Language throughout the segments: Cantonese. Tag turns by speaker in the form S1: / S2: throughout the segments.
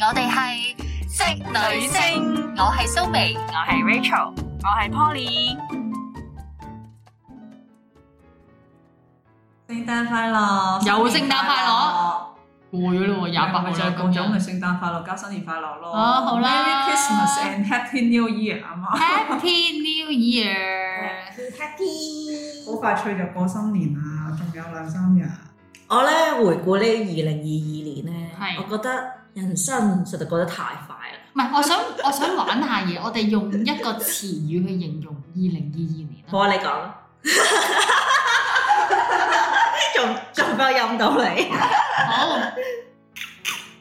S1: 我哋係職女聲，
S2: 星，
S1: 我係蘇眉，
S2: 我係 Rachel，我係 Poly。
S3: 聖誕快樂！
S4: 有聖誕快樂！攰咗咯喎，
S3: dạ,
S4: 廿八咪就係咁
S3: 咁咪
S4: 樣。
S3: 聖誕快樂加新年快樂咯！
S4: 哦好啦
S3: Merry Christmas and Happy New Year 啊嘛！
S4: Happy New Year！
S3: 好快脆就過新年啦，仲有兩三日。
S5: 我咧回顧呢二零二二年咧
S4: 係，
S5: 我覺得人生實在過得太快啦。
S4: 唔係，我想我想玩下嘢，我哋用一個詞語去形容二零二二年
S5: 好
S4: 啦。
S5: 啊，你講 啦，仲仲俾我陰到你，
S4: 好，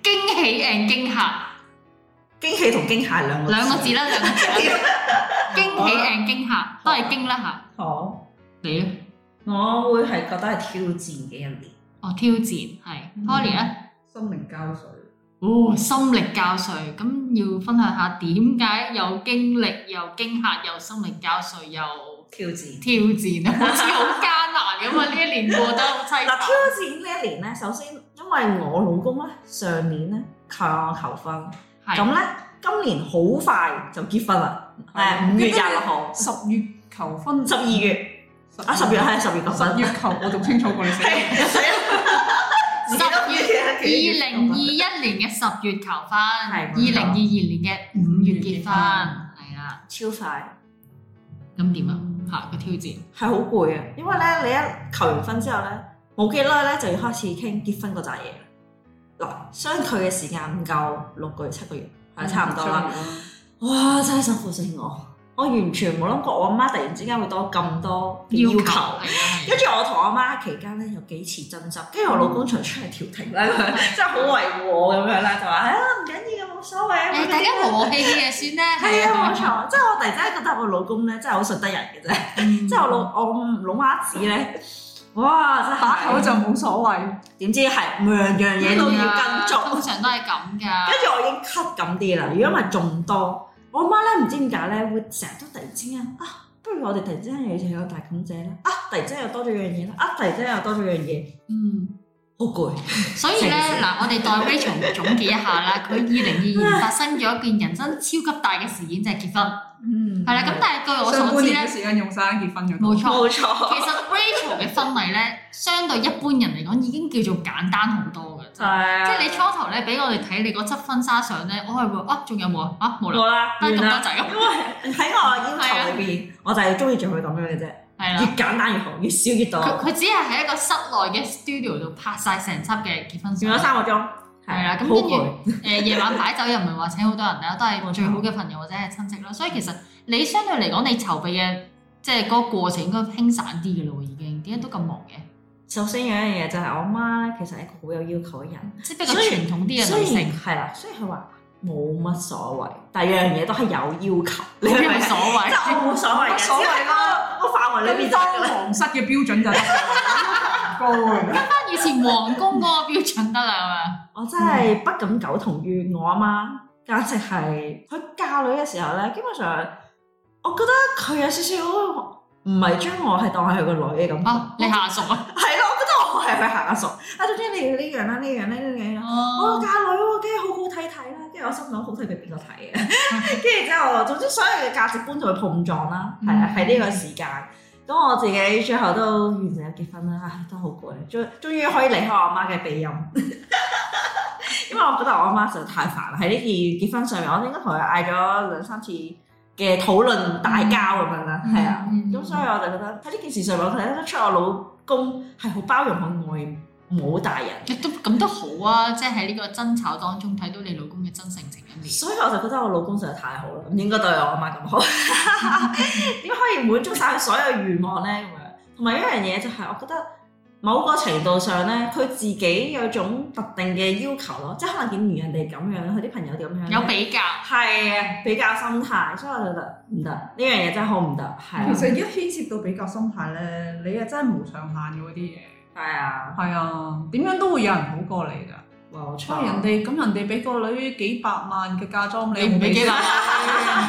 S4: 驚喜 and 驚嚇
S5: 驚喜同驚嚇兩個
S4: 兩個字啦，兩個字啦。驚喜 and 驚嚇都係驚啦嚇。
S5: 好，
S4: 你咧？
S5: 我會係覺得係挑戰嘅一年。
S4: 哦，挑戰係 Poly 咧。
S3: 心靈交瘁，
S4: 哦，心力交瘁，咁要分享下點解又經歷又驚嚇又心力交瘁又？
S5: 挑戰
S4: 挑戰啊！好似好艱難咁啊！呢一年過得好凄
S5: 嗱，
S4: 慘
S5: 挑。戰呢一年咧，首先因為我老公咧上年咧求我求婚，咁
S4: 係
S5: 咧今年好快就結婚啦，誒五月廿六號，
S3: 十月求婚，
S5: 十二月啊十月係十月結婚
S3: 十。月求，我仲清楚過你死。
S5: 啊
S4: 二零二一年嘅十月求婚，二
S5: 係冇
S4: 零
S5: 錯
S4: 二二年嘅五月結婚，係啦。
S5: 超快，
S4: 咁點啊？嚇個挑戰
S5: 係好攰啊！因為咧，你一求完婚之後咧，冇幾耐咧就要開始傾結婚嗰扎嘢啦。嗱，相距嘅時間唔夠六個月、七個月，係嗯差唔多啦。哇！真係辛苦死我，我完全冇諗過我阿媽突然之間會多咁多嘅
S4: 要
S5: 要
S4: 求
S5: 求。
S4: 係
S5: 跟住我同我媽期間咧有幾次爭執，跟住我老公就出嚟調停 啦，佢真係好維護我咁樣啦，就話哎呀唔緊要嘅，冇所謂啊
S4: 啊係啊！誒，大家和和氣氣嘅先啦。
S5: 係啊，冇錯，即係我突然間覺得我老公咧真係好順得人嘅啫，
S4: 嗯
S5: 即係我老我老媽子咧，哇真係
S3: 打口就冇所謂，
S5: 點知係樣樣嘢都要跟足，
S4: 通常都係咁
S5: 跟
S4: 㗎。
S5: 住我已經咳咁啲啦，如果唔係仲多，我媽咧唔知點解咧會成日都突然之間啊，不如我哋突然之間又有大感謝啦，啊突然之間又多咗樣嘢啦，啊突然之間又多咗樣嘢，
S4: 嗯。
S5: 好攰，
S4: 所以咧嗱，我哋代 Rachel 總結一下啦，佢二 零二二年發生咗一件人生超級大嘅事件，就係、結婚。
S3: 嗯
S4: 係啦，咁但係據我
S3: 上
S4: 所
S3: 半
S4: 知
S3: 年
S4: 咧
S3: 嘅，時間用晒喺結婚嗰度
S4: 冇錯，
S5: 錯
S4: 其實 Rachel 嘅婚禮咧，相對一般人嚟講已經叫做簡單好多嘅。
S5: 係啊，
S4: 即係你初頭咧，俾我哋睇你嗰輯婚紗相咧，我係會啊，仲有冇啊？啊，冇啦，
S5: 好啦，
S4: 得咁
S5: 完
S4: 多
S5: 啦，
S4: 仔咁，
S5: 因為喺我要求裏邊，我就係中意做佢咁樣嘅啫。
S4: 係啊
S5: 越
S4: 啦。
S5: 簡單越好，越少越
S4: 佢
S5: 多，
S4: 佢只係喺一個室內嘅 studio 度拍晒成輯嘅結婚
S5: 用咗
S4: 相，
S5: 三個鐘，
S4: 係啊啦咁
S5: 好
S4: 跟住
S5: 攰
S4: 誒夜晚擺酒又唔係話請好多人啊啦，都係最好嘅朋友或者係親
S5: 嗯
S4: 戚啦。所以其實你相對嚟講，你籌備嘅即係嗰個過程應該輕散啲嘅咯，已經點解都咁忙嘅？
S5: 首先有一樣嘢就係我媽咧，其實係一個好有要求嘅人，
S4: 即係比較
S5: 雖
S4: 傳統啲嘅女
S5: 雖然
S4: 性，
S5: 係啦，雖然佢話冇乜所謂，但係樣樣嘢都係有要求，你
S4: 冇
S5: 明唔
S4: 咩
S5: 明？
S4: 所謂
S5: 即。 係我冇所謂嘅，
S3: 冇所謂
S5: 只係喺個個範圍裏
S3: 咁
S5: 邊得
S3: 當
S5: 㗎啦。
S3: 皇室嘅標準就得啦，高嘅。
S4: 以前皇宮嗰個標準得啦，
S5: 我哦真係不敢苟同於我阿媽，簡直係佢教女嘅時候咧，基本上我覺得佢有少少唔係將我係當係佢個女嘅
S4: 係
S5: 感
S4: 咪
S5: 覺。
S4: 啊？你下屬啊？
S5: 係咯，我覺得我係佢下屬。啊，總之你要呢樣啦，呢樣啦，呢樣啦。我
S4: 哦，
S5: 嫁女喎，跟住好好睇睇啦，跟住我心諗好睇俾邊個 睇嘅？跟住之後，總之所有嘅價值觀就會碰撞啦，
S4: 嗯
S5: 係啊，喺呢個時間。咁我自己最後都完成咗結婚啦，唉，都好攰，終終於可以離開我阿媽嘅庇蔭。 因為我覺得我阿媽實在太煩啦，喺呢件結婚上面，我應該同佢嗌咗兩三次嘅討論大交咁樣啦，係啊。
S4: 嗯
S5: 咁所以我就覺得喺呢件事上面，我睇得出我老公係好包容、好愛母大人。
S4: 亦都咁都好啊！即係喺呢個爭吵當中睇到你老公嘅真性情一面。
S5: 所以我就覺得我老公實在太好啦，唔應該對我阿媽咁好，點可以滿足晒佢所有願望咧？咁樣同埋一樣嘢就係，我覺得某個程度上咧，佢自己有種特定嘅要求咯，即係可能見完人哋咁樣，佢啲朋友咁樣，
S4: 有比較，
S5: 係啊比較心態，所以我就覺得唔得，呢樣嘢真係好唔得，係啊
S3: 其實一牽涉到比較心態咧，你係真係無上限嘅嗰啲嘢。
S5: 係啊，
S3: 係啊，點樣都會有人好過你㗎。
S5: 冇
S3: 喂，人
S5: 錯。
S3: 哋咁人哋俾個女幾百萬嘅嫁妝，
S4: 你唔俾幾百萬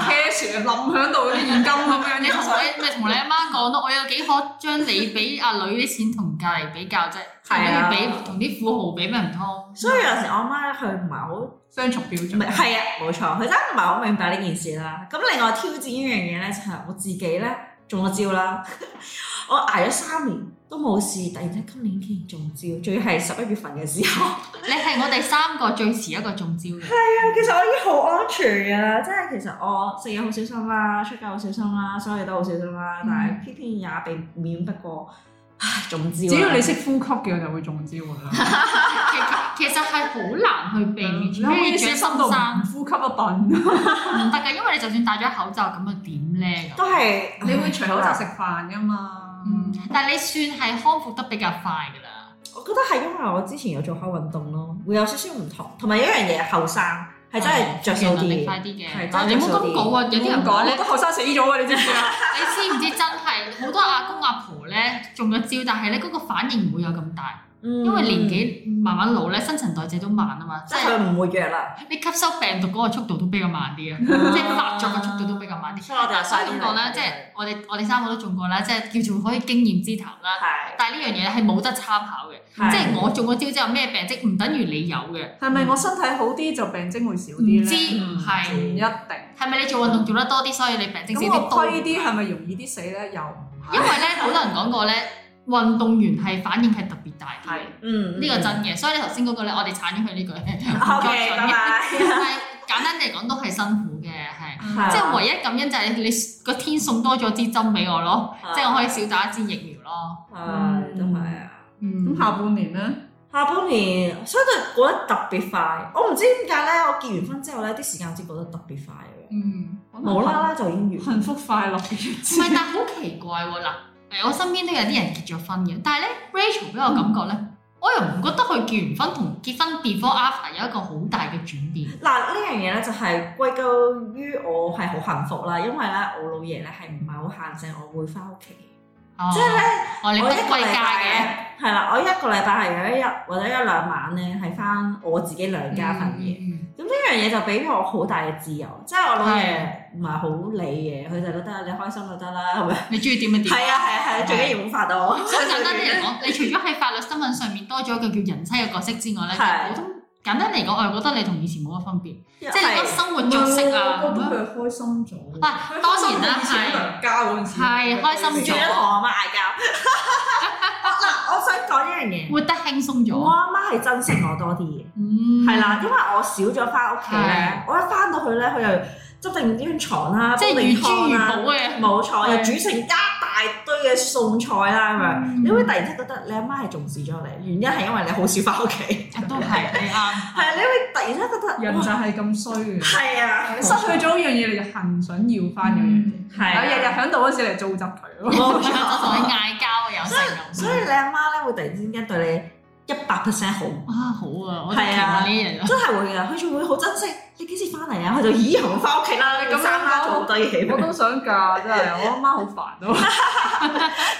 S3: cash 冧喺度啲現金咁樣，
S4: 你同
S3: 一
S4: 你咪同你阿媽講咯，我有幾可將你俾阿女啲錢同隔離比較啫，
S5: 係啊
S4: 你比同啲富豪比咪唔通？
S5: 所以有時我媽咧，佢唔係好唔
S3: 雙重標準。
S5: 係係啊，冇錯，佢真係唔係好明白呢件事啦。咁另外挑戰呢樣嘢咧，就係我自己咧中咗招啦。 我捱咗三年都冇事，突然間今年竟然中招，仲要係十一月份嘅時候。
S4: 你係我哋三個最遲一個中招嘅，
S3: 啊
S5: 其實我已經好安全㗎啦，即係其實我食嘢好小心啦，出街好小心啦，所有嘢都好小心啦，但係偏偏也避免不過，唉中招啦。
S3: 只要你識呼吸嘅，就會中招㗎啦。
S4: 其其實係好難去避免，
S3: 嗯你可唔可以小
S4: 着
S3: 心到唔呼 吸啊笨？
S4: 唔得㗎，因為你就算戴咗口罩咁又點咧？
S5: 都係
S3: 你會除口 罩食飯㗎嘛？
S4: 嗯，但係你算係康復得比較快㗎啦。
S5: 我覺得係因為我之前有做開運動咯，會有少少唔同，同埋有一樣嘢後生係真係着數
S4: 哦復原能力快
S5: 啲。
S4: 啲嘅
S5: 係真係，
S4: 但係你唔好咁講啊！有啲人話咧
S3: 講，都後生死咗啊！你知唔知啊？
S4: 你知唔知真係好多阿公阿婆咧中咗招，但係咧嗰個反應唔會有咁大，
S5: 因
S4: 因為年紀慢慢老咧，新陳代謝都慢啊嘛，即
S5: 即係佢
S4: 係
S5: 唔活躍啦，
S4: 你吸收病毒嗰個速度都比較慢啲啊，即係發作嘅速度都比較慢啲。
S5: 所以嗯我就
S4: 所以點講咧？即係我哋我哋三個都中過啦，即係叫做可以經驗之談啦。
S5: 係
S4: 但係呢樣嘢係冇得參考嘅，即係我中咗招之後咩病徵唔等於你有嘅，
S3: 係咪我身體好啲就病徵會少
S4: 唔
S3: 啲
S4: 知
S3: 咧？嗯
S4: 唔
S3: 唔
S4: 係
S3: 一定。
S4: 係咪你做運動做得多啲，所以你病
S3: 咁
S4: 徵少啲
S3: 我
S4: 多？
S3: 虧啲係咪容易啲死咧？又唔係
S4: 因為咧，好多人講過咧，運動員係反應係特別大啲嘅，
S5: 嗯
S4: 呢個真嘅。所以你頭先嗰個咧，我哋鏟咗佢 呢句，唔
S5: 好
S4: 該
S5: 嘅，
S4: 咗
S5: 拜
S4: 嘅
S5: 拜。
S4: 但係簡單嚟講都係辛苦嘅，係。
S3: 嗯
S4: 即係唯一感恩就係你個天送多咗支針俾我咯，
S3: 嗯
S4: 即係我可以少打一支疫苗咯。
S5: 係都係啊。
S4: 嗯
S3: 咁，下半年咧？
S5: 下半年相對過得特別快，我唔知點解咧，我結完婚之後咧，啲時間好似過得特別快嘅，
S4: 嗯，
S5: 無啦啦就已經完。
S3: 幸福快樂嘅日
S4: 唔
S3: 子
S4: 係，。但係好奇怪喎嗱，誒我身邊都有啲人結咗婚嘅，但係咧 Rachel 俾我感覺
S5: 嗯
S4: 咧，我又唔覺得佢結完婚同結婚 before after 有一個好大嘅轉變。
S5: 嗱呢樣嘢咧就係歸咎於我係好幸福啦，因為咧我老爺咧係唔係好限制我會翻屋企，
S4: 即
S5: 即係咧
S4: 哦，你不
S5: 我一個
S4: 歸
S5: 禮
S4: 家嘅。
S5: 拜嘅係啦，我一個禮拜係有一日或者一兩晚咧係翻我自己娘家份嘢。
S4: 嗯
S5: 咁呢樣嘢就俾我好大嘅自由，即係我老爺唔係好理嘅，佢就覺得你開心就得啦， 係咪？
S4: 你中意點就點。
S5: 係啊係啊係啊，最緊要唔好發到我。
S4: 所以簡單啲嚟講，你除咗喺法律新聞上面多咗一個叫人妻嘅角色之外咧，
S5: 係
S4: 普通簡單嚟講，我又覺得你同以前冇乜分別，
S5: 即
S4: 即係你個生活作息
S5: 嗯
S4: 啊
S3: 我覺
S4: 咁樣。
S3: 得佢開心咗。
S4: 啊，當然啦，係。
S3: 係交嗰陣時
S4: 係開心
S5: 轉咗同我媽嗌交。 啊嗱，我想講一樣嘢，
S4: 活得輕鬆咗，
S5: 我阿媽係珍惜我多啲嘅，
S4: 嗯，
S5: 係啦，因為我少咗翻屋企咧，我一翻到去咧，佢又執定張床啦，
S4: 即係
S5: 煲
S4: 如
S5: 定
S4: 珠
S5: 湯
S4: 如
S5: 啦，
S4: 寶嘅，
S5: 冇錯，又
S4: 係
S5: 煮成一大堆嘅餸菜啦咁樣。
S4: 嗯
S5: 你會突然間覺得你阿媽係重視咗你，原因係因為你好少翻屋 企，
S4: 啊都係你啱，
S5: 係啊，你會突然間覺得
S3: 人就係咁衰嘅。
S5: 係啊，
S3: 你失去咗一樣嘢，你就恨想要翻嗰樣嘢。
S5: 係
S3: 我
S5: 啊
S3: 日日喺度嗰時嚟做襲佢咯。
S5: 冇
S4: 嗯 我
S5: 錯
S4: 同你嗌交啊，有成有
S5: 所以你阿媽咧會突然之間對你一百 percent 好，
S4: 啊好啊，我都期
S5: 係啊
S4: 望呢樣啊，
S5: 真係會㗎，佢仲會好珍惜你幾時翻嚟啊？佢就咦又翻屋企啦，
S3: 你
S5: 你
S3: 咁樣
S5: 咁三媽
S3: 講
S5: 做好多嘢，
S3: 我都想嫁，真係我阿媽好煩咯。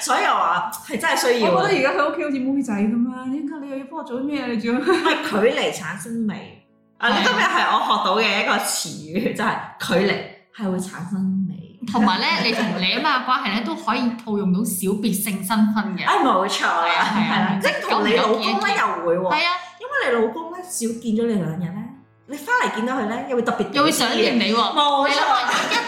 S5: 所以我話係真係需要，啊
S3: 我
S5: 唔
S3: 覺得而家佢屋企好似妹仔咁樣，點解你又要幫我做啲咩？你仲要
S5: 係距離產生美啊！
S4: 係
S5: 呢今日係我學到嘅一個詞語，就係距離係會產生美。
S4: 同埋咧，你同你阿媽嘅關係咧都可以套用到小別勝新婚嘅，
S5: 哎，冇錯啦，
S4: 係啊係啊
S5: 係啦，即係同你老公
S4: 久唔久見
S5: 咧
S4: 一
S5: 又會喎，
S4: 係啊，
S5: 因為你老公咧少見咗你兩日咧，你翻嚟見到佢咧又會特別
S4: 又會想念你喎。
S5: 冇
S4: 你諗
S5: 錯，
S4: 下，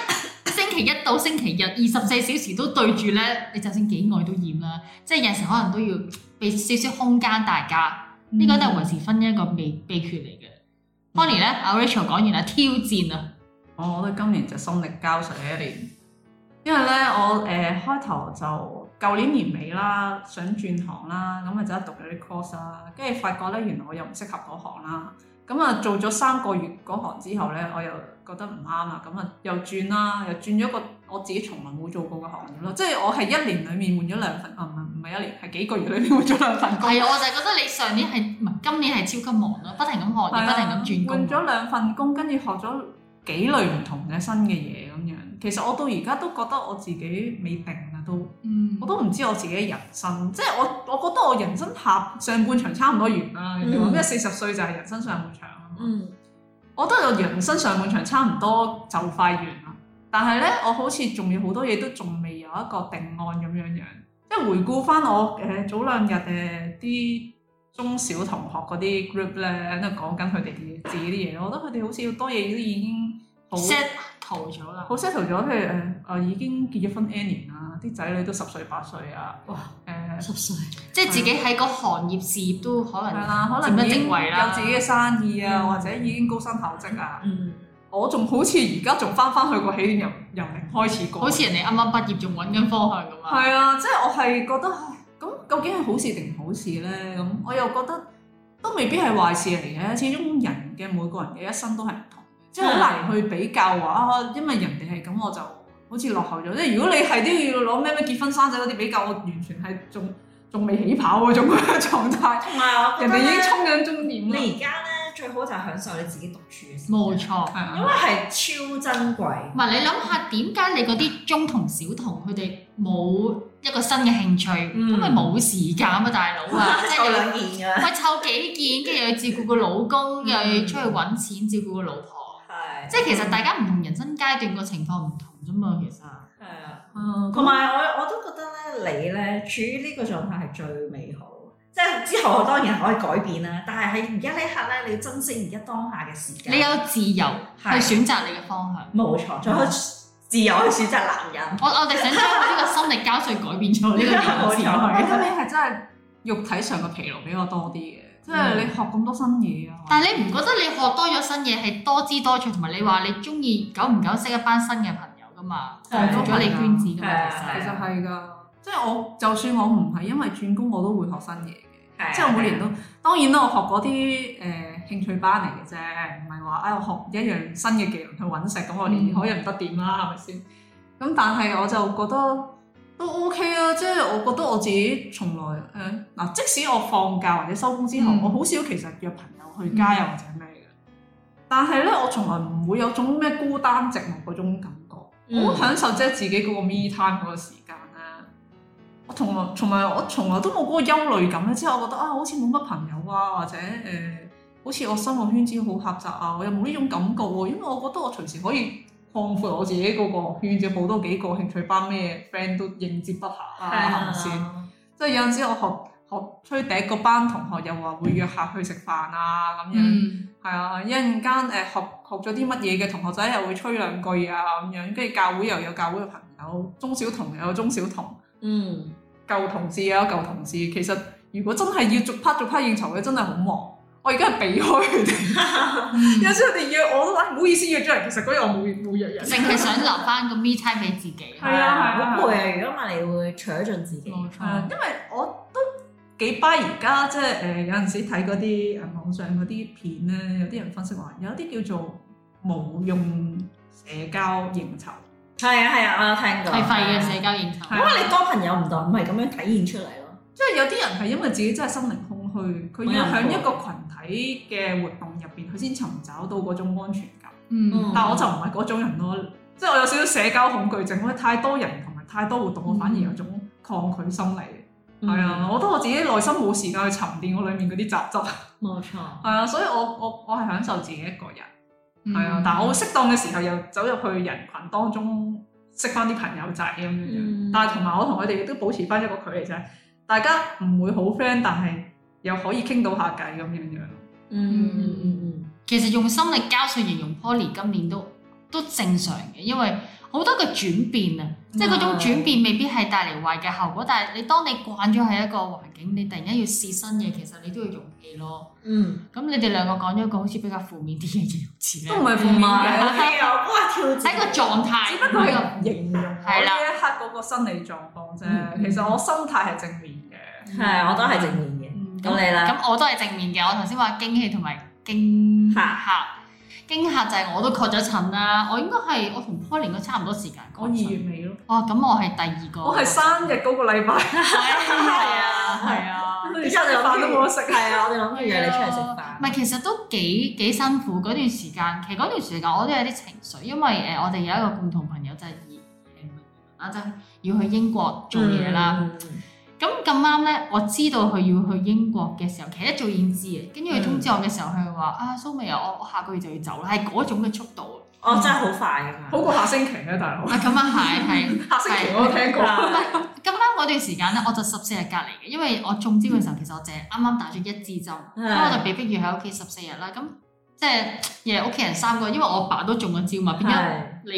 S4: 一星期一到星期日二十四小時都對住咧，你就算幾愛都厭啦。即係有時可能都要俾少少空間大家，呢個都係維持婚姻一個秘秘訣嚟嘅。Connie 咧，阿 Rachel 講完啦，挑戰啊，
S3: 哦我覺得今年就心力交瘁一年，因為咧我誒、呃、開頭就舊年年尾啦，想轉行啦，咁啊咪就讀咗啲 course 啦，跟住發覺咧原來我又唔適合嗰行啦，咁啊做咗三個月嗰行之後咧，我又覺得唔啱啊，咁啊又轉啦，又轉咗個我自己從來冇做過嘅行業咯，即係我係一年裡面換咗兩份，啊唔係唔係一年，係幾個月裡面換咗兩份工。
S4: 係啊，我就係覺得你上年係唔係今年係超級忙咯，不停咁
S3: 係
S4: 學業，
S3: 啊
S4: 不停咁轉工
S3: 換。咗兩份工，跟住學咗幾類唔同嘅新嘅嘢咁樣。其實我到而家都覺得我自己未定啊，都
S4: 嗯
S3: 我都唔知我自己嘅人生，即係我我覺得我人生下上半場差唔多完啦，人哋話咩
S4: 嗯
S3: 四十歲就係人生上半場啊嘛
S5: 嗯，
S3: 我覺得我人生上半場差唔多就快完啦，但係咧，我好似仲有好多嘢都仲未有一個定案咁樣樣。即係回顧翻我誒、呃早兩日誒啲中小同學嗰啲 group 咧，喺度講緊佢哋嘅自己啲嘢，我覺得佢哋好似好多嘢都已經好
S4: set 圖咗啦。
S3: 好 settle 咗，譬如誒誒、呃已經結咗婚 N 年啦，啲仔女都十歲八歲啊，哇誒
S5: 十歲，
S4: 即係自己喺個行業事業都可
S3: 係
S4: 能
S3: 啦，可能
S4: 佔
S3: 已
S4: 一
S3: 經
S4: 職位啦
S3: 有自己嘅生意啊，
S5: 嗯
S3: 或者已經高薪厚職啊。
S5: 嗯，
S3: 我仲好似而家仲翻翻去個起點，由由零開始過。
S4: 好似人哋啱啱畢業仲揾緊方向咁啊！
S3: 係啊，即係我係覺得，唉咁究竟係好事定唔好事咧？咁我又覺得都未必係壞事嚟嘅。始終人嘅每個人嘅一生都係唔同，即係好難去比較話啊，因為人哋係咁，我就好似落後咗。即係如果你係都要攞咩咩結婚生仔嗰啲比較，我完全係仲仲未起跑嗰種狀態。
S5: 同埋我覺
S3: 人
S5: 得
S3: 哋已
S5: 咧
S3: 經衝緊終點啦。
S5: 你而家咧最好就係享受你自己獨處嘅時間
S4: 冇錯。
S3: 係啊
S5: 因為係超珍貴
S4: 唔。係你諗下點解你嗰啲中同小同佢哋冇一個新嘅興趣，
S5: 嗯
S4: 因為冇時間啊，大佬 啊，即係
S5: 湊
S4: 又
S5: 兩件㗎，
S4: 喂湊幾件，跟住又要照顧個老公，
S5: 嗯
S4: 又要出去揾錢照顧個老婆，
S5: 係
S4: 即係其實大家唔同人生階段個情況唔同啫嘛，其實
S5: 係啊。
S3: 嗯
S5: 同埋我我都覺得咧，你咧處於呢個狀態係最美好，即係之後當然可以改變啦。但係喺而家呢一刻咧，你要珍惜而家當下嘅時間。
S4: 你有自由去
S5: 係
S4: 選擇你嘅方向。
S5: 冇錯，仲可以自由去選擇男 人。
S4: 我我哋想將呢個心力交瘁改變咗呢個名字
S5: 冇錯
S3: 我覺
S4: 去
S3: 得你係真係肉體上嘅疲勞比較多啲嘅，即係你學咁多新嘢啊。
S4: 但係你唔覺得你學多咗新嘢係多姿多趣，同埋你話你中意久唔久識一班新嘅朋友噶嘛，
S5: 係
S4: 重複咗你圈子噶嘛，
S5: 係
S4: 其實
S5: 係
S3: 其實係啊㗎，即係我就算我唔係因為轉工，我都會學新嘢
S5: 係啊
S3: 嘅。即係我每年都當然啦，我學嗰啲誒興趣班嚟嘅啫，唔係話啊我學一樣新嘅技能去揾食，咁我年年可以唔得掂啦，係咪先？咁但係我就覺得都 OK 啊，即係我覺得我自己從來誒嗱、即使我放假或者收工之後，
S4: 嗯
S3: 我好少其實約朋友去街又或者咩嘅，但係咧我從來唔會有種咩孤單寂寞嗰種感覺。我好享受即係自己嗰個 me time 嗰個時間咧。我從來從來我從來都冇嗰個憂慮感咧，即係我覺得啊，好似冇乜朋友啊，或者誒、呃好似我生活圈子好狹窄啊，我又冇呢種感覺喎、因為我覺得我隨時可以擴闊我自己嗰個圈子，好多幾個興趣班咩 friend 都應接不暇啦，
S5: 啊
S3: 係咪先？即係有陣時我學學吹笛嗰班同學又話會約客去食飯啊咁樣。
S4: 嗯，
S3: 係啊，一陣間誒學學咗啲乜嘢嘅同學仔又會吹兩句啊咁樣，跟住教會又有教會嘅朋友，中小同又有中小同，
S5: 嗯，
S3: 舊同事又有舊同事。其實如果真係要逐 part 逐 part 應酬嘅，真係好忙。我而家係避開佢哋，有時佢哋約我都話唔好意思約咗人，其實嗰日我冇冇約人。
S4: 淨係想留翻個 me time 俾自己。
S3: 係啊係啊
S5: 好攰啊！如果唔係，你會取盡自己。
S4: 冇
S3: 係啊
S4: 錯，
S3: 因為我都幾巴而家即係誒有陣時睇嗰啲誒網上嗰啲片咧，有啲人分析話有啲叫做無用社交應酬。
S5: 係啊係啊，我有聽過。
S4: 係廢嘅社交應酬。
S5: 因為你多朋友唔代唔係咁樣體現出嚟咯。
S3: 即係有啲人係因為自己真係心靈空虛，佢要喺一個群體嘅活動入邊，佢先尋找到嗰種安全感。
S4: 嗯，
S3: 但我就唔係嗰種人咯，即係我有少少社交恐懼症，我太多人同埋太多活動，我反而有種抗拒心理。
S5: 嗯
S3: 係啊，我覺得我自己內心冇時間去沉澱我裡面嗰啲雜質。係
S5: 嗯，冇錯。
S3: 啊，所以我我我係享受自己一個人。
S4: 嗯
S3: 係啊，但我會適當嘅時候又走入去人群當中識翻啲朋友仔咁樣樣，
S5: 嗯
S3: 但係同埋我同佢哋都保持翻一個距離啫，大家唔會好 friend，但係又可以傾到下偈咁樣樣。
S5: 嗯嗯嗯
S4: 其實用心力交瘁形容 Poly 今年都都正常嘅，因為好多嘅轉變啊，
S3: 嗯
S4: 即係嗰種轉變未必係帶嚟壞嘅後果，但係你當你慣咗喺一個環境，你突然間要試新嘢，其實你都要勇氣咯。
S5: 嗯，
S4: 咁你哋兩個講咗一個好似比較負面啲嘅形容詞
S3: 都唔
S4: 咧，
S3: 係負面嘅，
S5: 係啊，哇挑戰。
S4: 喺個狀態，
S3: 只不過係形容我
S4: 係啦
S3: 呢一刻嗰個心理狀況啫。
S5: 嗯
S3: 其實我心態係正面嘅，
S5: 係啊，我都係正面嘅。
S4: 嗯
S5: 咁你咧？
S4: 咁我都係正面嘅，我頭先話驚喜同埋驚嚇，驚嚇就係我都確咗診啦，我應該係我同 Poly 應該差唔多時間
S3: 我
S4: 確
S3: 二
S4: 診。
S3: 月尾咯，
S4: 哦，咁我係第二個，
S3: 我係生日嗰個禮拜，
S4: 係啊，係啊。
S3: 跟住生日飯都冇得食。
S5: 係啊，我哋諗住約你出嚟食飯。
S4: 唔係，啊其實都幾幾辛苦嗰段時間。其實嗰段時間我都有啲情緒，因為誒、呃我哋有一個共同朋友就係移誒啦，即係要去英國做嘢啦。
S5: 嗯，
S4: 咁咁啱咧，我知道佢要去英國嘅時候，其實一早已經知嘅。跟住佢通知我嘅時候，佢話：啊，蘇美啊，我我下個月就要走啦，係嗰種嘅速 度。
S5: 哦，真係好快㗎嘛。
S3: 好過下星期咧，大 佬。
S4: 啊，咁啊係係。
S3: 下星期我都聽過。
S4: 咁啱嗰段時間咧，我就十四日隔離嘅，因為我中招嘅時候，其實我淨係啱啱打咗一支針，咁我就被逼要喺屋企十四日啦。咁即係誒屋企人三個，因為我爸都中咗招嘛，變咗
S5: 係，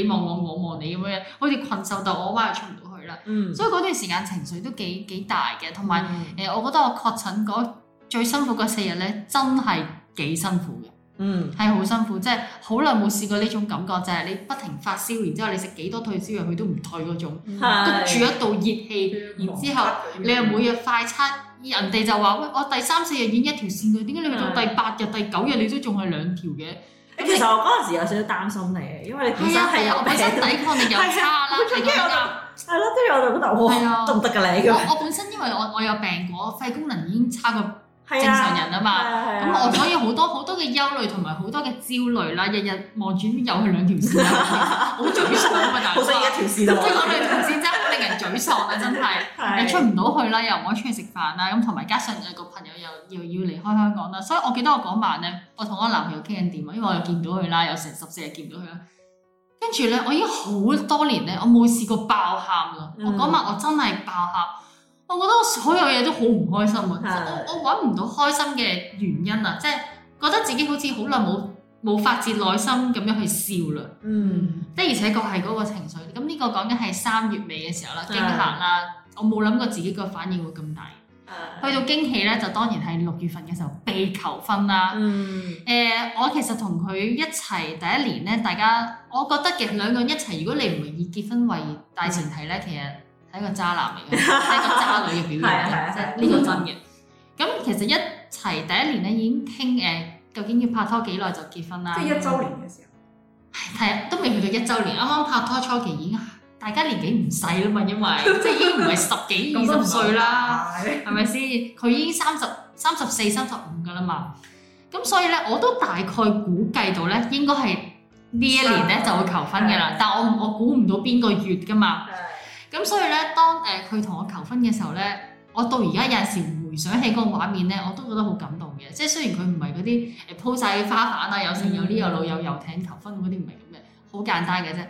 S4: 你望我，我望你咁樣，好似困獸鬥，我媽又出唔到去啦。
S5: 嗯，
S4: 所以嗰段時間情緒都幾幾大嘅，同埋。
S5: 嗯
S4: 誒、我覺得我確診嗰最辛苦嗰四日咧，真係幾辛苦嘅，
S5: 嗯
S4: 係好辛苦，即係好耐冇試過呢種感覺，就係、你不停發燒，然之後你食幾多退燒藥佢都唔退嗰種，
S5: 係
S4: 焗住一道熱氣，然之後你又每日快測，人哋就話喂，我第三四日已經一條線嘅，點解你去到第八日、第九日你都仲係兩條嘅？
S5: 其實我嗰陣時有少少擔心你嘅，因為你本
S4: 係
S5: 身
S4: 啊
S5: 係
S4: 係啊，
S5: 有
S4: 我 本身
S5: 病，
S4: 抵抗力又差啦，
S5: 係啊
S4: 你講得啱
S5: 係咯，跟住我就覺得哇，
S4: 係啊
S5: 得唔得㗎你咁？
S4: 我我本身因為我我有病過，肺功能已經差過
S5: 係啊，
S4: 正常人啊嘛。
S5: 係
S4: 咁
S5: 啊，
S4: 我所以好多好多嘅憂慮同埋好多嘅焦慮啦，日日望住又去兩條線，好沮喪啊嘛！大
S5: 好
S4: 佬，
S5: 想而家條線
S4: 即
S5: 就
S4: 係講兩條線真係好令人沮喪啊！真係，又出
S5: 係，
S4: 唔到去啦，又唔可以出去食飯啦，咁同埋加上有個朋友又又要離開香港啦，所以我記得我嗰晚咧，我同我男朋友傾緊電話，因為我又見唔到佢啦，有成十四日見唔到佢啦。跟住咧，我已經好多年咧，我冇試過爆喊啦！
S5: 嗯
S4: 我嗰晚我真係爆喊，我覺得我所有嘢都好唔開心啊！
S5: 係
S4: 我我揾唔到開心嘅原因啊，即係覺得自己好似好耐冇冇發自內心咁樣去笑啦。
S5: 嗯，
S4: 的而且確係嗰個情緒。咁呢個講緊係三月尾嘅時候啦，
S5: 係
S4: 驚嚇啦，我冇諗過自己個反應會咁大。
S5: 啊
S4: 去到驚喜咧，就當然係六月份嘅時候被求婚啦。
S5: 嗯，
S4: 誒、我其實同佢一齊第一年咧，大家我覺得嘅兩個人一齊，如果你唔係以結婚為大前提咧，其實係一個渣男 嚟嘅，係一個渣女嘅表現
S5: 嗯係啊係
S4: 嚟
S5: 啊
S4: 嘅，即係呢個真嘅。咁其實一齊第一年咧已經傾誒、究竟要拍拖幾耐就結婚啦。
S3: 即係一周年嘅時候，
S4: 係啊，都未去到一週年，啱啱拍拖初期已經大家年紀唔細啦嘛，因為即係已經唔係十幾
S3: 咁都
S4: 二
S3: 唔
S4: 十歲啦，
S3: 係。
S4: 係咪先？佢已經三十三十四、三十五噶啦嘛，咁所以咧我都大概估計到咧，應該係呢一年咧就會求婚嘅啦，但我唔我估唔到邊個月噶嘛。咁所以咧，當誒佢同我求婚嘅時候咧，我到而家有陣時回想起嗰個畫面咧，我都覺得好感動嘅。即係雖然佢唔係嗰啲誒鋪晒嘅花瓣啊，有成有呢有路有遊艇求婚嗰啲唔係咁嘅，好簡單嘅啫。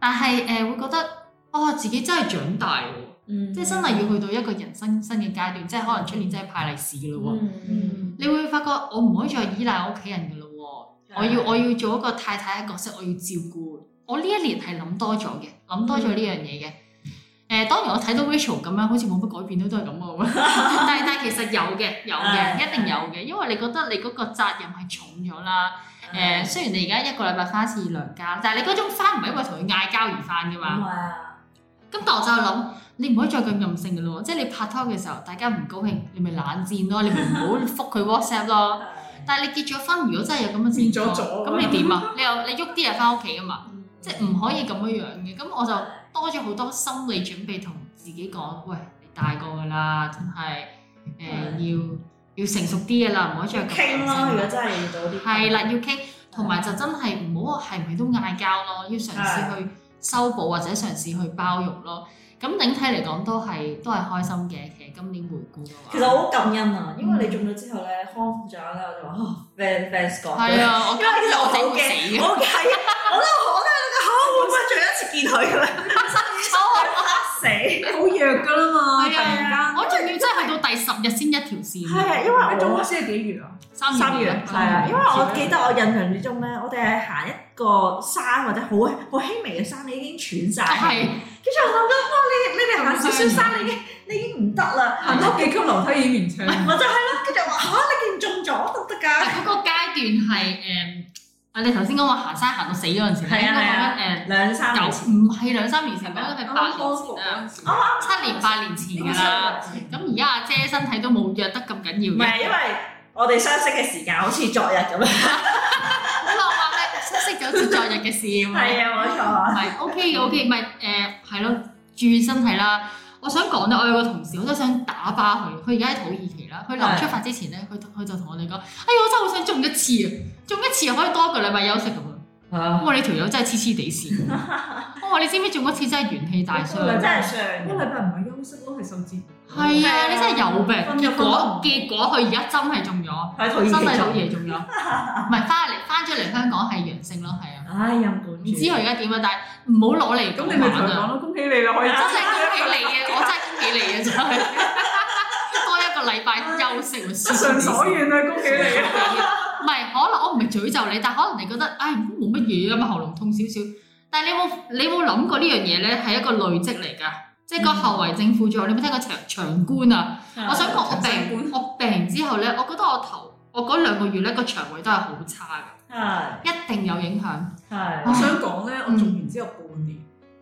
S4: 但係誒、呃會覺得，哦，自己真係長大喎，
S5: 嗯
S4: 即係真係要去到一個人生新嘅階段，即係可能出年真係派利是嘅咯喎。
S5: 嗯，
S4: 你會發覺我唔可以再依賴我屋企人嘅咯喎。我
S3: 嗯
S5: 嗯
S4: 要我要做一個太太嘅角色，我要照顧。我呢一年係諗多咗嘅，諗多咗呢樣嘢嘅。誒、
S3: 嗯
S4: 當然我睇到 Rachel 咁樣，好似冇乜改變都都係咁啊 嘅喎但係但係其實有嘅，有
S3: 嗯
S4: 嘅，
S5: 係
S4: 一定有嘅，因為你覺得你嗰個責任係重咗啦。誒、
S3: 嗯
S4: 雖然你而家一個禮拜翻一次娘家，但係你嗰種翻唔係因為同佢嗌交而翻嘅
S3: 嗯
S4: 嘛。
S5: 啊，
S4: 咁但我就諗，你唔可以再咁任性嘅咯喎，即係你拍拖嘅時候，大家唔高興，你咪冷戰咯，你咪唔好覆佢 WhatsApp 咯。
S5: 嗯
S4: 但係你結咗婚，如果真係有咁嘅情
S3: 變
S4: 況，
S3: 咗咗
S4: 咁你點啊？你又你喐啲嘢翻屋企噶嘛？即係唔可以咁樣樣嘅。咁我就多咗好多心理準備，同自己講：喂，你大個㗎啦，真係誒、要要成熟啲嘅啦，唔可以再咁
S5: 傾咯，如果
S4: 任性啦
S5: 真係遇到啲
S4: 係啦，要傾，同埋就真係唔好係咪都嗌交咯，要嘗試去修補或者嘗試去包容咯。咁整體嚟講都係都係開心嘅。其實今年回顧嘅話，
S5: 其實我好感恩啊，因為你中咗之後咧，康復咗咧，我就話哦，fans fans 講，
S4: 嗯係啊，我
S5: 因為其實我好
S4: 整
S5: 驚，我好
S4: 會死
S5: 驚，
S4: 嘅。
S5: 我都我都係嚇，會唔會最後一次見佢咁樣？死！
S3: 好弱㗎啦嘛，突
S4: 係啊
S3: 然，間。
S4: 我仲要真係去到第十日先一條線，
S5: 係啊，因為我
S3: 你中咗先係幾月啊？
S4: 三哦
S5: 三月係啊，因為我記得我印象之中咧，我哋係行一個山或者好好輕微嘅山，你已經喘晒。
S4: 係
S5: 跟住我諗緊，哇！你你哋行少少山，你已經你已經唔得啦，
S3: 行多幾級樓梯已經面青。
S5: 我就係咯。跟住我話嚇，你竟然中咗得唔得
S4: 但嗰
S5: 㗎？
S4: 個階段係誒，啊你頭先講話行山行到死嗰陣時，
S5: 係啊係啊
S4: 應
S5: 兩
S4: 該
S5: 三
S4: 講緊誒唔係兩三年前，講緊係八
S3: 康
S4: 年
S3: 復
S4: 前啊，
S3: 嗰陣時
S4: 七年八年前㗎啦。咁而家阿姐身體都冇弱得咁緊
S5: 唔
S4: 要嘅，
S5: 係因為我哋相識嘅時間好似昨日咁樣。
S4: 咁我話咧，識咗好似昨日嘅事咁樣。
S5: 係啊，冇錯啊。
S4: 係 OK 嘅 OK，咪誒係咯，注意身體啦。我想講咧，我有個同事，我真係想打巴佢。佢而家喺土耳其啦，佢臨出發之前咧，佢佢就同我哋講：哎呀，我真係好想中一
S3: 啊
S4: 次啊！中一次可以多一個禮拜休息咁啊！我話你條友真係黐黐地線。我哇！你知唔知做嗰次真係啊元氣大傷？
S3: 真
S5: 真
S3: 係
S5: 係傷
S3: 一個禮拜唔係休息咯，係受折。
S4: 係啊，你真係有病。
S3: 分
S4: 結
S3: 咗
S4: 果
S3: 分
S4: 結果佢而家真係中咗，
S5: 喺土
S4: 真
S5: 耳
S4: 係
S5: 其
S4: 老
S5: 做嘢。
S4: 爺中咗，唔係翻嚟翻咗嚟香港係陽性咯，係啊。
S5: 唉，陰管
S4: 唔知佢而家點啊，但係唔好攞嚟
S3: 咁你咪同
S4: 講
S3: 佢講
S4: 啊！
S3: 咯，恭喜你啦， 可以
S4: 真係恭喜你嘅，我真係恭喜你嘅真係，多一個禮拜休息會舒
S3: 不
S4: 服
S3: 償所
S4: 啲。
S3: 願啊，恭喜你啊！
S4: 唔係，可能我唔係詛咒你，但可能你覺得，唉，冇乜嘢啊嘛，喉嚨痛少少。但係你有冇你有冇諗過呢樣嘢咧？係一個累積嚟㗎，即係個後遺症副作用。你有冇聽過長長官啊？我想講我病我病之後咧，我覺得我頭我嗰兩個月咧個腸胃都係好差
S5: 係
S4: 嘅，一定有影響。
S3: 我
S5: 係
S3: 想講咧，我做完之後半年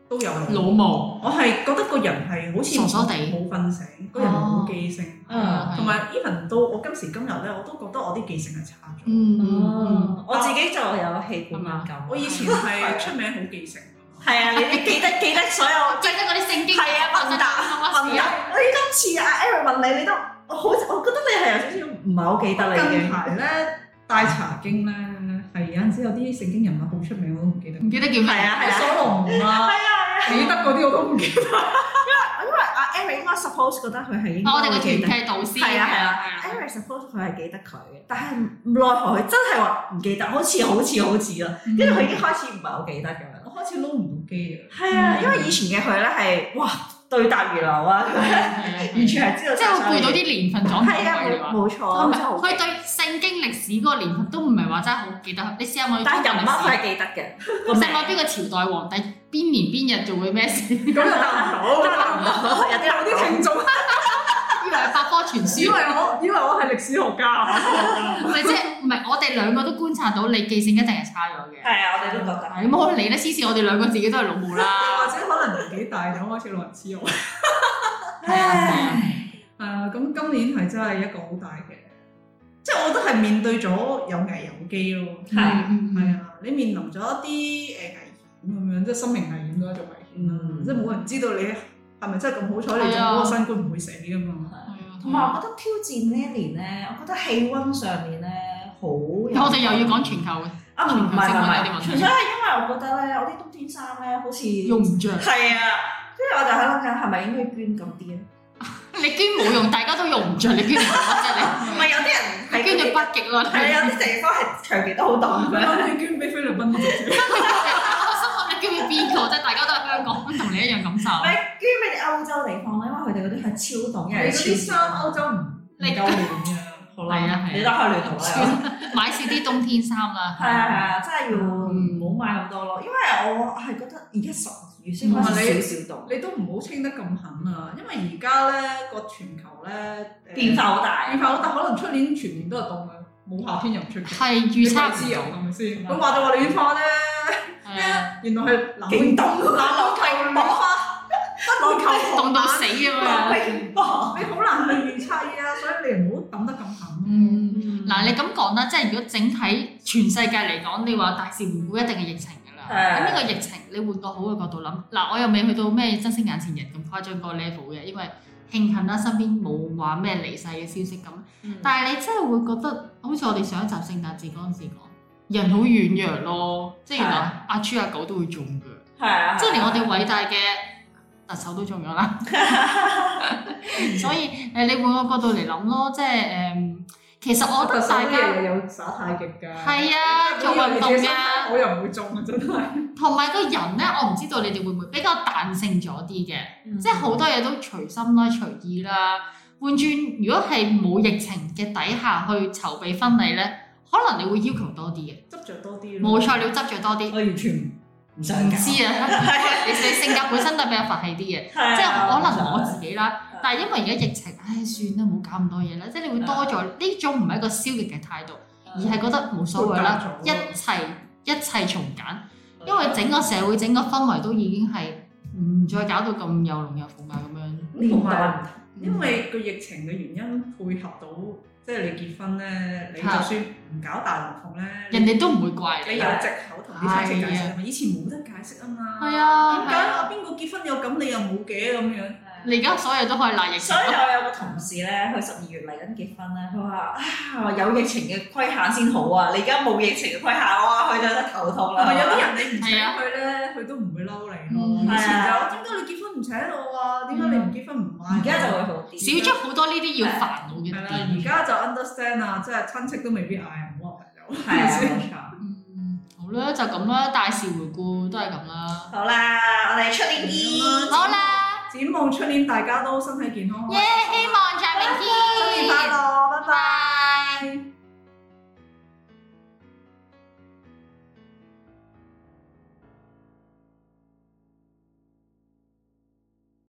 S3: 都有
S4: 老毛
S3: 我係覺得個人係好似
S4: 傻傻地
S3: 冇瞓醒，個人冇記性，
S5: 嗯
S3: 同埋 even 到我今時今日咧，我都覺得我啲記性係差咗。
S4: 嗯嗯
S5: 哦，我自己就有氣管敏感。
S3: 我以前係出名好記性，
S5: 係啊，你 你記得記得所有
S4: 嗯，記得嗰啲聖經
S5: 係啊問答
S4: 答
S5: 問題。
S4: 啊
S5: 我今次阿 Eric 問你，你都我好似我覺得你係有少少唔係好記得你
S3: 近
S5: 嘅。
S3: 排咧帶查經咧，係有陣時有啲聖經人物好出名，我都唔記得。
S4: 唔記得叫咩？
S5: 係啊係啊
S3: 所羅門
S5: 係
S3: 啊，
S5: 啊，
S3: 彼得嗰啲我都唔記得。
S5: 因為阿 Eric 應該 suppose 覺得佢係應該
S4: 啊我哋個
S5: 會
S4: 團
S5: 記得。
S4: 契導師
S5: 哦係啊係啊
S4: 係啊
S5: Eric suppose 佢係記得佢嘅，但係奈何佢真係話唔記得，好似好似好
S4: 嗯
S5: 似啦，
S4: 啊
S5: 跟住佢已經開始唔係啊好記得咁樣。
S3: 我開始撈唔到機啊！
S5: 係
S4: 嗯
S5: 啊，因為以前嘅佢咧係哇對答如流啊，佢完
S4: 完全
S5: 全係知道
S4: 嗯即係
S5: 晒
S4: 會
S5: 所
S4: 背
S5: 有嘢
S4: 到啲年份咗唔
S5: 係啊，冇冇錯，真係好
S4: 哦佢對聖經歷史嗰個年份都唔係話真係好記得，你試下問佢
S5: 但係人物佢
S4: 係
S5: 係記得嘅，
S4: 你問邊個朝代皇帝邊年邊日做嘅咩 事，以
S3: 咁又答唔
S5: 真係啊
S3: 到，
S5: 難到有啲
S3: 有
S5: 難
S3: 啲
S5: 到。
S3: 聽眾啊
S4: 為係百科全
S3: 以
S4: 書
S3: 為。我以為我係歷史學家 啊！
S4: 唔係即係唔係我哋兩個都觀察到你記性一定係差咗嘅。
S5: 係啊，我哋都覺得。
S4: 係冇理咧，黐線！我哋兩個自己都係老母
S3: 或
S4: 啦。
S3: 者可能年紀大咗開始老人痴呆。
S4: 係啊係啊，
S3: 係啊，咁今年係真係一個好大嘅，即係我覺得係面對咗有危有機咯。
S4: 係啊嗯嗯
S3: 係啊，你面臨咗一啲誒危險咁樣，即係生命危險都係一種危險啦。
S5: 嗯
S3: 即係冇人知道你係咪真係咁好彩，你中咗
S4: 係啊
S3: 個新冠唔會死噶嘛。
S5: 啊同埋我覺得挑戰呢一年咧，我覺得氣温上面咧好有。
S4: 我哋又要講全球嘅，
S5: 啊，唔係唔係唔係，
S4: 全
S5: 純粹係因為我覺得咧，我啲冬天衫咧好似
S4: 用唔着。
S5: 係啊，跟住我就喺度諗緊係咪應該捐咁啲咧？啊
S4: 你捐冇用，大家都用唔着。你捐嚟做乜啫？
S5: 唔係有啲人
S4: 你
S5: 係
S4: 捐咗
S5: 佢哋
S4: 北極咯。
S5: 係啊，有啲地方係長期都好凍
S3: 咁
S5: 嘅。
S4: 啊
S3: 啱你捐俾菲律賓嘅姐姐，
S4: 我心諗你捐俾邊個啫？大家都喺香港，同你一樣感受。
S5: 唔係捐俾啲歐洲地方咧，因為佢哋嗰啲係啊超凍，因
S3: 你
S5: 為
S3: 嗰
S5: 超
S3: 啲衫歐洲唔
S4: 你
S3: 夠暖嘅，好
S4: 係啊
S5: 你
S4: 係
S5: 都
S4: 啊。
S5: 可以亂到啦。
S4: 買少啲冬天衫啦。
S5: 係啊係啊，真係要唔好買咁多咯，因為我係覺得而家十二月先開始少少凍，
S3: 你都唔好清得咁狠啊，因為而家咧個全球咧誒
S5: 變化好大。
S3: 變化好大，可能出年全年都係凍嘅，啊冇夏天又唔出奇。
S4: 係預測唔
S3: 自由
S4: 到。
S3: 係咪先？咁話就話暖化啫，
S4: 係啊，
S3: 原來係南
S5: 勁
S3: 極
S5: 凍啊！
S3: 南
S5: 我係冇啊，
S3: 北球
S4: 凍到死咁樣。
S5: 冰雹。
S3: 你好難去預測啊，所以你唔好抌得咁狠。
S4: 嗯，嗱，你咁講啦，即係如果整體全世界嚟講，你話大事回顧一定係疫情㗎啦。
S5: 係啊
S4: 咁呢個疫情，你換個好嘅角度諗，嗱，我又未去到咩珍惜眼前人咁誇張個 level 嘅，因為慶幸啦，身邊冇話咩離世嘅消息咁。但係你真係會覺得，好似我哋上一集聖誕節嗰陣時講，人好軟弱咯，即係原來阿豬阿狗都會中㗎。
S5: 係啊，
S4: 即係連我哋偉大嘅特首都中咗 啦。所以誒，你換個角度嚟諗咯，即係誒，其實我覺得大家
S3: 有耍太極㗎，
S4: 係啊，做運動啊，
S3: 我又唔會中啊，真係。
S4: 同埋個人咧，我唔知道你哋會唔會比較彈性咗啲嘅，
S3: 嗯
S4: 即係好多嘢都隨心啦、隨意啦。換轉，如果係冇疫情嘅底下去籌備婚禮咧，可能你會要求多啲嘅，
S3: 執着多啲
S4: 冇錯，你要執着多啲。
S5: 我完全唔想
S4: 唔 知啊，你你性格本身都比較佛氣啲嘅。
S3: 啊
S5: 啊
S4: 即係可能我自己啦
S5: 係，
S4: 但係因為而家疫情，唉，算啦，唔好搞咁多嘢啦。即係你會多咗呢種唔係一個消極嘅態度，
S3: 啊
S4: 而係覺得冇所謂啦，
S3: 豁
S4: 一
S3: 達
S4: 切一切從簡，因為整個社會整個氛圍都已經係唔再搞到咁有龍有鳳啊咁樣。
S3: 同
S5: 年代
S3: 埋因為個疫情嘅原因配合到，即係你結婚咧，你就算唔搞大龍鳳咧，
S4: 人哋都唔會怪
S3: 你
S4: 你。
S3: 有藉口同啲親戚解釋啊嘛，以前冇得解釋啊嘛。
S4: 係啊，
S3: 點解啊？邊個結婚有咁，你又冇嘅咁樣？
S4: 你而家所有都可以賴疫情
S5: 所以。我有個同事咧，佢十二月嚟緊結婚咧，佢話啊有疫情嘅規限先好啊，你而家冇疫情嘅規限，哇，佢就得頭
S3: 同
S5: 痛啦。
S3: 埋有啲人你唔請
S4: 係啊
S3: 佢咧，佢都唔會嬲你咯。以前
S5: 係啊
S3: 就點解你結婚唔請我啊？點解你唔結婚唔買？
S5: 而家就會好
S4: 少
S5: 啲。
S4: 咗好多呢啲要煩惱嘅
S3: 係啦，
S4: 點
S5: 嗯
S3: 而。家就 understand 啦，即係親戚都未必嗌唔好話朋友。
S5: 係啊，冇錯。
S4: 嗯，好啦，就咁啦，大事回顧都係咁啦。
S5: 好啦，我哋出年見。
S4: 好啦，
S3: 展望出年大家都身體健康，
S4: 耶！希望在明
S5: 新年
S4: 天。
S5: 快樂，拜拜。
S4: 拜。
S3: 拜。